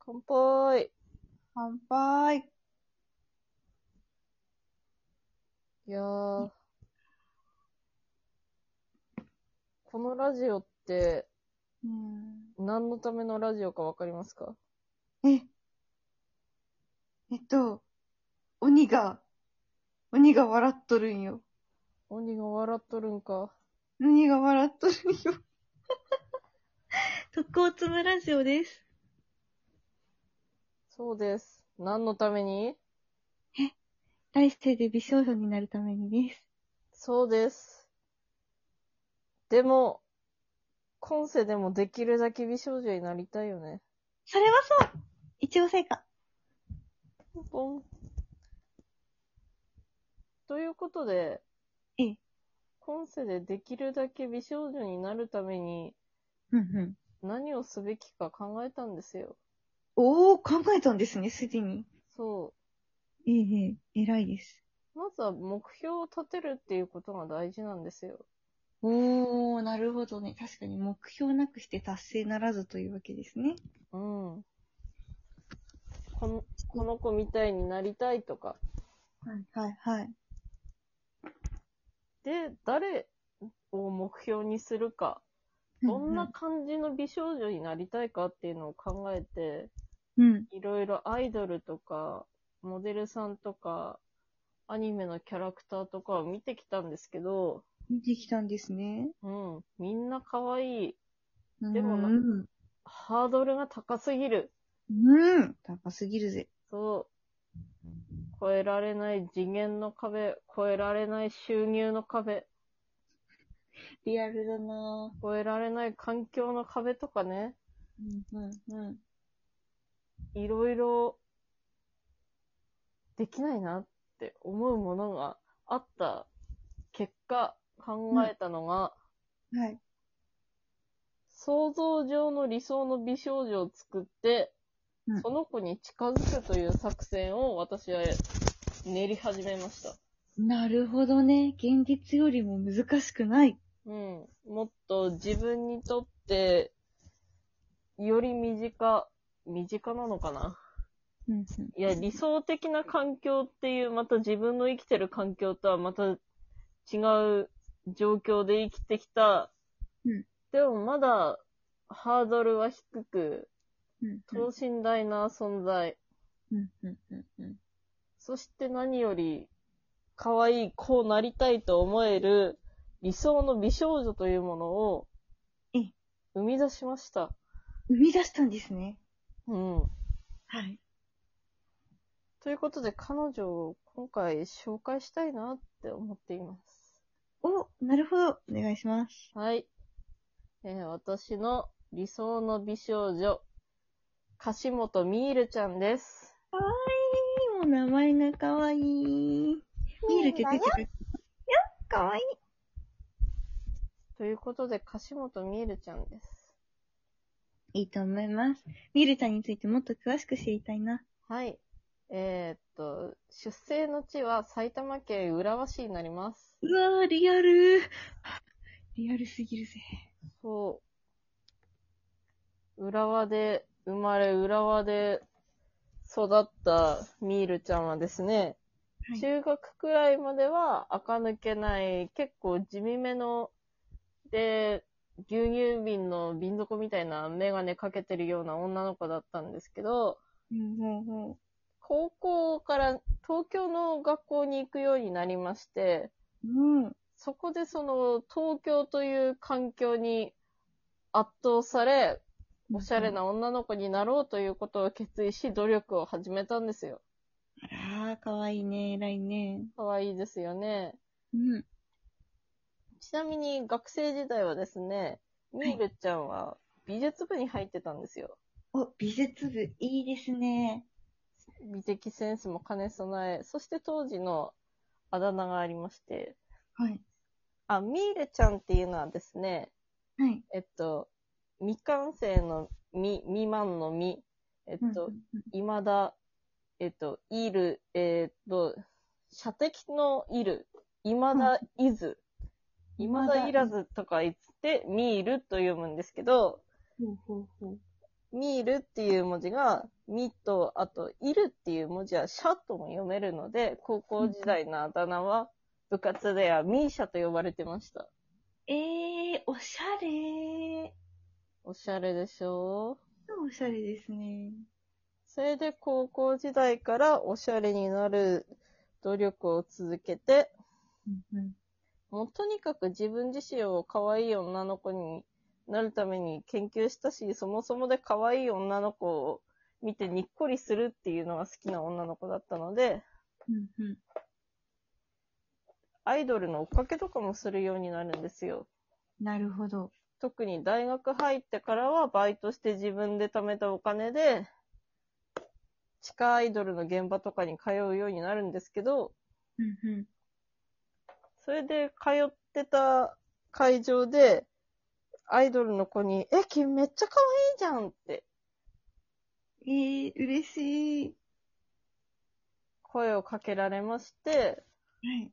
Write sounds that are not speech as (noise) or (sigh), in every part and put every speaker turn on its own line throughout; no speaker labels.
乾杯。
乾杯。
いやー。このラジオって
うん
何のためのラジオかわかりますか
え、えっと、鬼が、鬼が笑っとるんよ。
鬼が笑っとるんか。
鬼が笑っとるんよ。 (laughs) 特攻つむラジオです。
そうです。何のために
来世で美少女になるためにです。
そうです。でも、今世でもできるだけ美少女になりたいよね。
それはそう一応成果。
ポン。ということで、
ええ
今世でできるだけ美少女になるために
うんうん。
何をすべきか考えたんですよ。
おー、考えたんですね、すでに。
そ
ええ偉いです。
う。まずは目標を立てるっていうことが大事なんですよ。
おー、なるほどね。確かに目標なくして達成ならずというわけですね。
うん。このこの子みたいになりたいとか。
はい、はい、はい。
で、誰を目標にするか。どんな感じの美少女になりたいかっていうのを考えて、
うん。
いろいろアイドルとか、モデルさんとか、アニメのキャラクターとかを見てきたんですけど、
見てきたんですね。
うん、みんな可愛い。
で
でもな
うん。
ハードルが高すぎる。
うん。高すぎるぜ。
そう。超えられない次元の壁、超えられない収入の壁、
リアルだな
超えられない環境の壁とかね、
うん、うん、うん。
いろいろできないなって思うものがあった結果、考えたのが、
はい。
想像上の理想の美少女を作って、
うん
その子に近づくという作戦を私は練り始めました。
なるほどね。現実よりも難しくない。
うん。もっと自分にとって、より身近、身近なのかな
うん、
いや、理想的な環境っていう、また自分の生きてる環境とはまた違う状況で生きてきた。
うん
でもまだハードルは低く、
うん。
等身大な存在。
うん、うん、うん、うん。
そして何より、可愛い、こうなりたいと思える、理想の美少女というものを
ええ、
生み出しました。
生み出したんですね。
うん。
はい。
ということで、彼女を今回紹介したいなって思っています。
お、なるほど。お願いします。
はい。えー私の理想の美少女、樫本みーるちゃんです。
かわいい。もう名前がかわいい。見えるって出てくる。いや、かわいい。
ということで、樫本みーるちゃんです。
いいと思います。ミルちゃんについてもっと詳しく知りたいな。
はい。えーっと、出生の地は埼玉県浦和市になります。
うわー、リアルリアルすぎるぜ。
そう。浦和で生まれ、浦和で育ったミールちゃんはですね、
はい
中学くらいまでは垢抜けない、結構地味めの、で、牛乳瓶の瓶底みたいなメガネかけてるような女の子だったんですけど、
うん、もう、も
高校から東京の学校に行くようになりまして、
う。うん。
そこでその東京という環境に圧倒され、おしゃれ。な女の子になろうということを決意し、努力を始めたんですよ。
あー、かわいいね。偉いね。
可愛いですよね。
うん。
ちなみに学生時代はですね、
い
ミールちゃんは美術部に入ってたんですよ。
お、美術部、いいですね。
美的センスも兼ね備え、そして当時のあだ名がありまして、
はい。
あ、ミールちゃんっていうのはですね、
はい。
えっと、未完成の未、未満の未、えっと、未だ、えっと、いる、えっと、射的のいる、未だいず、
うん
未だいらずとか言って、見ると読むんですけど、
ほうほうほう。
見るっていう文字が、みと、あと、いるっていう文字は、シャとも読めるので、高校時代のあだ名は、部活ではミーシャと呼ばれてました。
ええー、おしゃれ
おしゃれでしょ
おしゃれですね。
それで高校時代からおしゃれになる努力を続けて、
うんうん。
もうとにかく自分自身を可愛い女の子になるために研究したし、そもそもで可愛い女の子を見てにっこりするっていうのが好きな女の子だったので、
うんうん。
アイドルの追っかけとかもするようになるんですよ。
なるほど。
特に大学入ってからはバイトして自分で貯めたお金で、地下アイドルの現場とかに通うようになるんですけど、
うんうん。
それで通ってた会場で、アイドルの子に、え、君めっちゃ可愛いじゃんって
ええー、嬉しい。
声をかけられまして、
はい。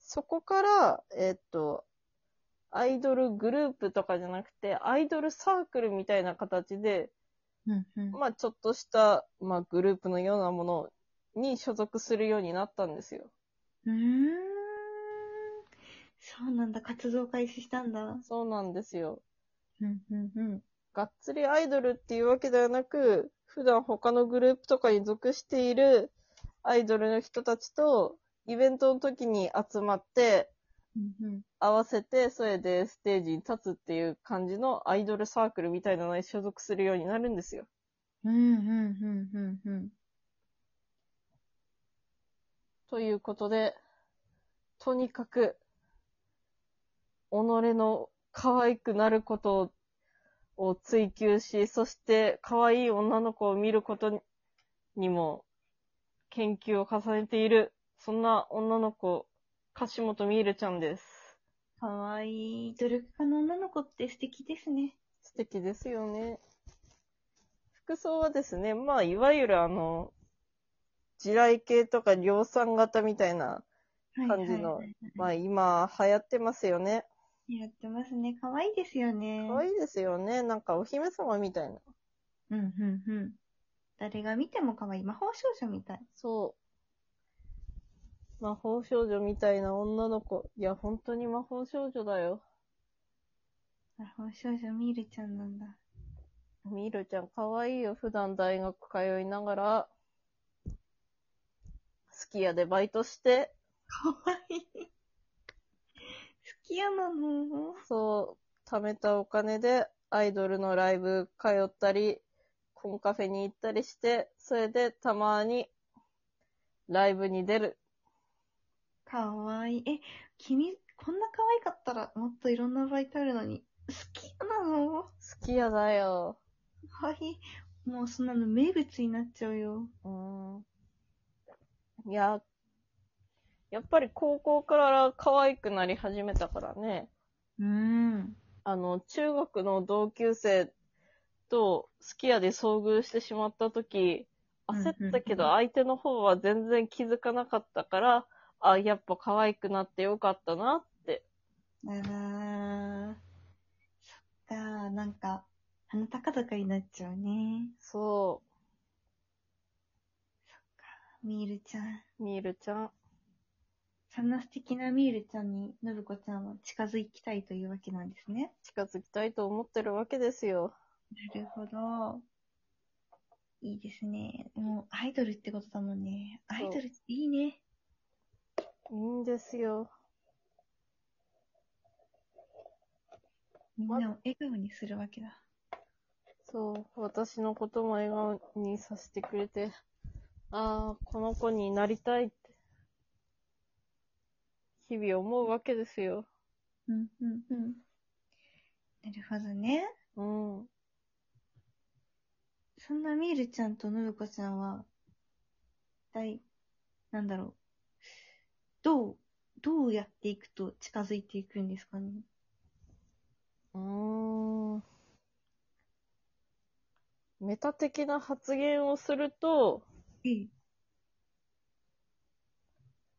そこから、えっと、アイドルグループとかじゃなくて、アイドルサークルみたいな形で、
うんうん。
まあちょっとした、まあグループのようなものに所属するようになったんですよ。
うーん。そうなんだ。活動開始したんだ。
そうなんですよ。
うんうんうん。
がっつりアイドルっていうわけではなく、普段他のグループとかに属しているアイドルの人たちと、イベントの時に集まって、
うんうん。
合わせて、それでステージに立つっていう感じのアイドルサークルみたいなのに所属するようになるんですよ。
うんうんうんうんうん。
ということで、とにかく、己の可愛くなることを追求し、そして可愛い女の子を見ることににも研究を重ねている、そんな女の子、樫本みーるちゃんです。
かわいい。努力家の女の子って素敵ですね。
素敵ですよね。服装はですね、まあ、いわゆるあの、地雷系とか量産型みたいな、
はい
感じの
はい
ま
は
あ
い
今流行ってますよね。
はい。やってますね。かわいいですよね。
可愛いですよね。なんかお姫様みたいな。
うんうんうん。誰が見てもかわいい。魔法少女みたい。
そう。魔法少女みたいな女の子。いや、本当に魔法少女だよ。
魔法少女ミールちゃんなんだ。
ミールちゃん可愛いよ。普段大学通いながら、スキヤでバイトして、
かわいい。好きやなの。
そう、貯めたお金でアイドルのライブ通ったり、コンカフェに行ったりして、それでたまにライブに出る。
かわいい。え、君、こんな可愛かったら、もっといろんなバイトあるのに。好きなの
スキヤだよ。
可愛い。もうそんなの名物になっちゃうよ。
うんいや、やっぱり高校から可愛くなり始めたからね、
うん。
あの、中学の同級生とスキヤで遭遇してしまった時、焦ったけど
うんうん
相手の方は全然気づかなかったから、あ、やっぱ可愛くなってよかったなって。
あー。そっか、なんか、鼻高々になっちゃうね。
そ
ミールちゃん。
う、ミールちゃん。
そんな素敵なミールちゃんに、のぶこちゃんは近づきたいというわけなんですね。
近づきたいと思ってるわけですよ。
なるほど。いいですね。もう、アイドルってことだもんね。アイ
そう
ドルっていいね。
いいんですよ。
みんなを笑顔にするわけだ。
そう、私のことも笑顔にさせてくれて、ああ、この子になりたいって、日々思うわけですよ。
うん、うん、うん。なるほどね。
うん。
そんなミールちゃんとのぶこちゃんは、大、なんだろう。どう、どうやっていくと近づいていくんですかね。
うーん。メタ的な発言をすると、
ええ。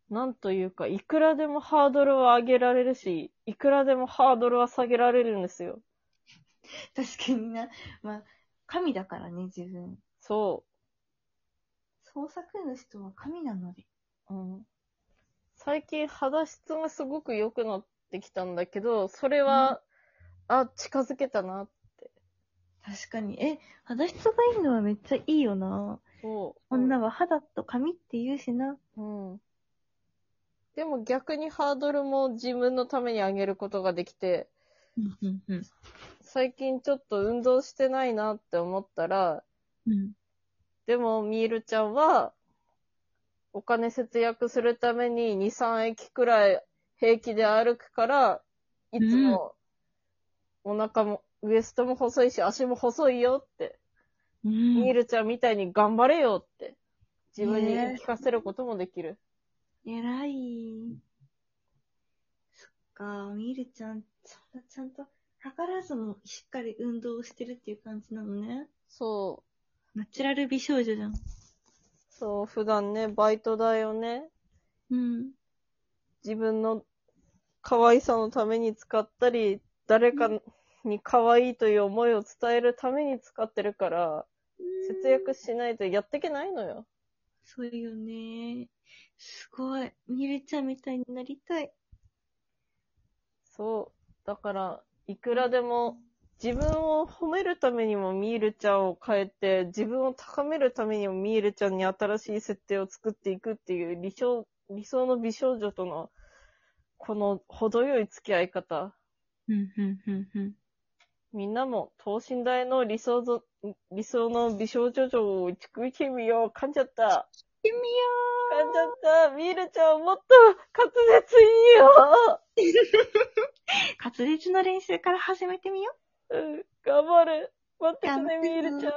なんというか、いくらでもハードルは上げられるし、いくらでもハードルは下げられるんですよ。
確かにな。まあ、神だからね、自分。
そ
創作主とは神なので。
う。うん、最近肌質がすごく良くなってきたんだけど、それは、あ、近づけたな。
確かに。え、肌質がいいのはめっちゃいいよな。
そう。
女は肌と髪って言うしな。
うん。でも逆にハードルも自分のために上げることができて、
うん、うん、うん。
最近ちょっと運動してないなって思ったら、
うん。
でもミールちゃんは、お金節約するために2、3駅くらい平気で歩くから、いつもお腹も、ウエストも細いし足も細いよって、
うん
ミールちゃんみたいに頑張れよって、自分に言
ねえ
い聞かせることもできる。
偉い。そっか、みるちゃん、そんなちゃんと、図らずもしっかり運動をしてるっていう感じなのね。
そう。
ナチュラル美少女じゃん。
そう、普段ね、バイト代をね、
うん。
自分の可愛さのために使ったり、誰かに可愛いという思いを伝えるために使ってるから、節約しないとやってけないのよ。
そうよね。すごい。みるちゃんみたいになりたい。
そう。だから、いくらでも、自分を褒めるためにもミールちゃんを変えて、自分を高めるためにもミールちゃんに新しい設定を作っていくっていう理想、理想の美少女との、この程よい付き合い方。
うん、うん、うん、うん。
みんなも等身大の理想ぞ理想の美少女像を逐一見よう。噛んじゃった。
行ってみよ
噛んじゃった。ミールちゃんもっと滑舌いいよ。
う滑舌の練習から始めてみよう
うん、頑張る。待っててね、
頑
ミ
張
ー
る
ルちゃん。